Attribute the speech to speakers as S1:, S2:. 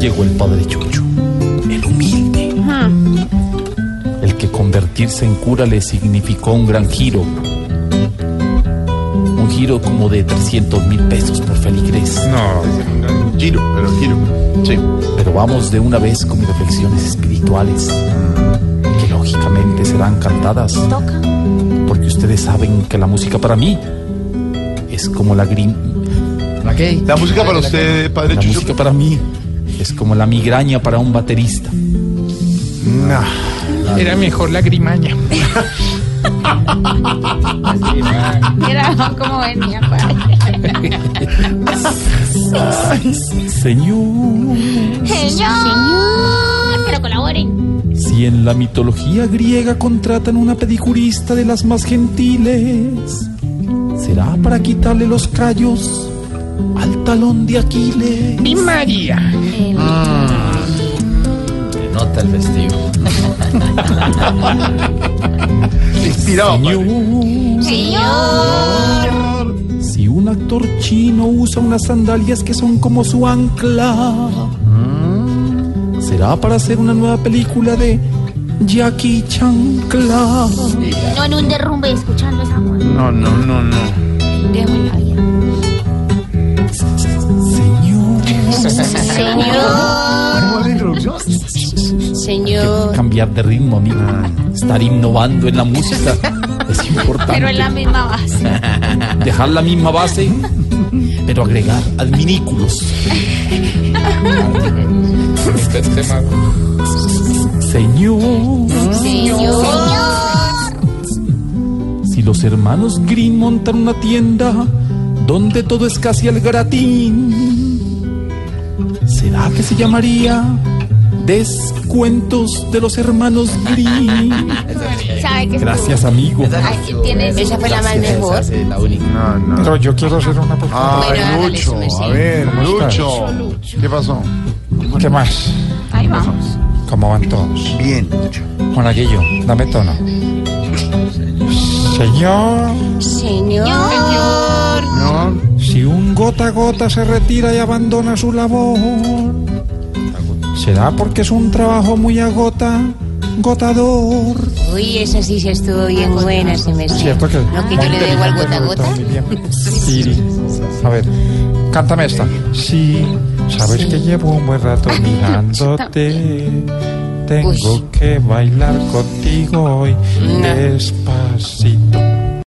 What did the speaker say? S1: llegó el padre Chucho, el humilde, el que convertirse en cura le significó un gran giro, un giro como de 300 mil pesos por feligrés.
S2: No.
S3: Giro, pero giro. Sí.
S1: Pero vamos de una vez con mis reflexiones espirituales, que lógicamente serán cantadas. Porque ustedes saben que la música para mí es como la grim...
S2: ¿La qué?
S3: La música para usted, padre
S1: La
S3: Chucho.
S1: música para mí es como la migraña para un baterista.
S3: No.
S2: Era mejor la grimaña.
S4: Mira cómo venía, padre.
S1: Señor,
S4: Señor, pero colaboren.
S1: si en la mitología griega contratan una pedicurista de las más gentiles, será para quitarle los callos al talón de Aquiles.
S2: Mi María.
S5: Nota el festivo.
S3: Inspirado. padre.
S1: Señor,
S4: Señor,
S1: si un actor chino usa unas sandalias que son como su ancla,
S5: Mm.
S1: será para hacer una nueva película de Jackie Chancla.
S4: no en un derrumbe escuchando esa música.
S2: No, no, no, no.
S4: Dejo en la vida.
S1: Señor.
S4: Señor,
S3: ¿Cómo es la introducción?
S1: que
S4: señor.
S1: cambiar de ritmo, amigo. Estar innovando en la música es importante.
S4: Pero en la misma base.
S1: Dejar la misma base, pero agregar adminículos. Señor,
S4: Señor,
S1: si los hermanos Green montan una tienda donde todo es casi al gratín, ¿será que se llamaría Descuentos de los hermanos Green?
S4: sabe que es
S1: Gracias, amigo.
S4: Esa fue la más
S5: Gracias,
S4: mejor.
S5: esa, sí, la única.
S3: No, no.
S2: Pero yo quiero hacer una por favor.
S3: Ay,
S4: Bueno, hágale,
S3: Lucho.
S4: su
S3: A
S4: merced.
S3: ver, Lucho.
S4: Lucho,
S3: ¿Qué pasó?
S2: ¿Qué más?
S4: Ahí vamos.
S2: ¿Cómo van todos?
S3: Bien, Lucho.
S2: Monaguillo, dame tono. Señor,
S4: Señor,
S3: No.
S2: si un gota a gota se retira y abandona su labor, será porque es un trabajo muy agota, gotador.
S6: Uy, esa sí se estuvo bien buena, se me
S2: ¿Cierto que?
S6: No, que yo le debo al gota a gota.
S2: Muy bien. Y- a ver, cántame esta. Sí, sabes que llevo un buen rato mirándote. Tengo
S6: Uy.
S2: que bailar contigo hoy despacito.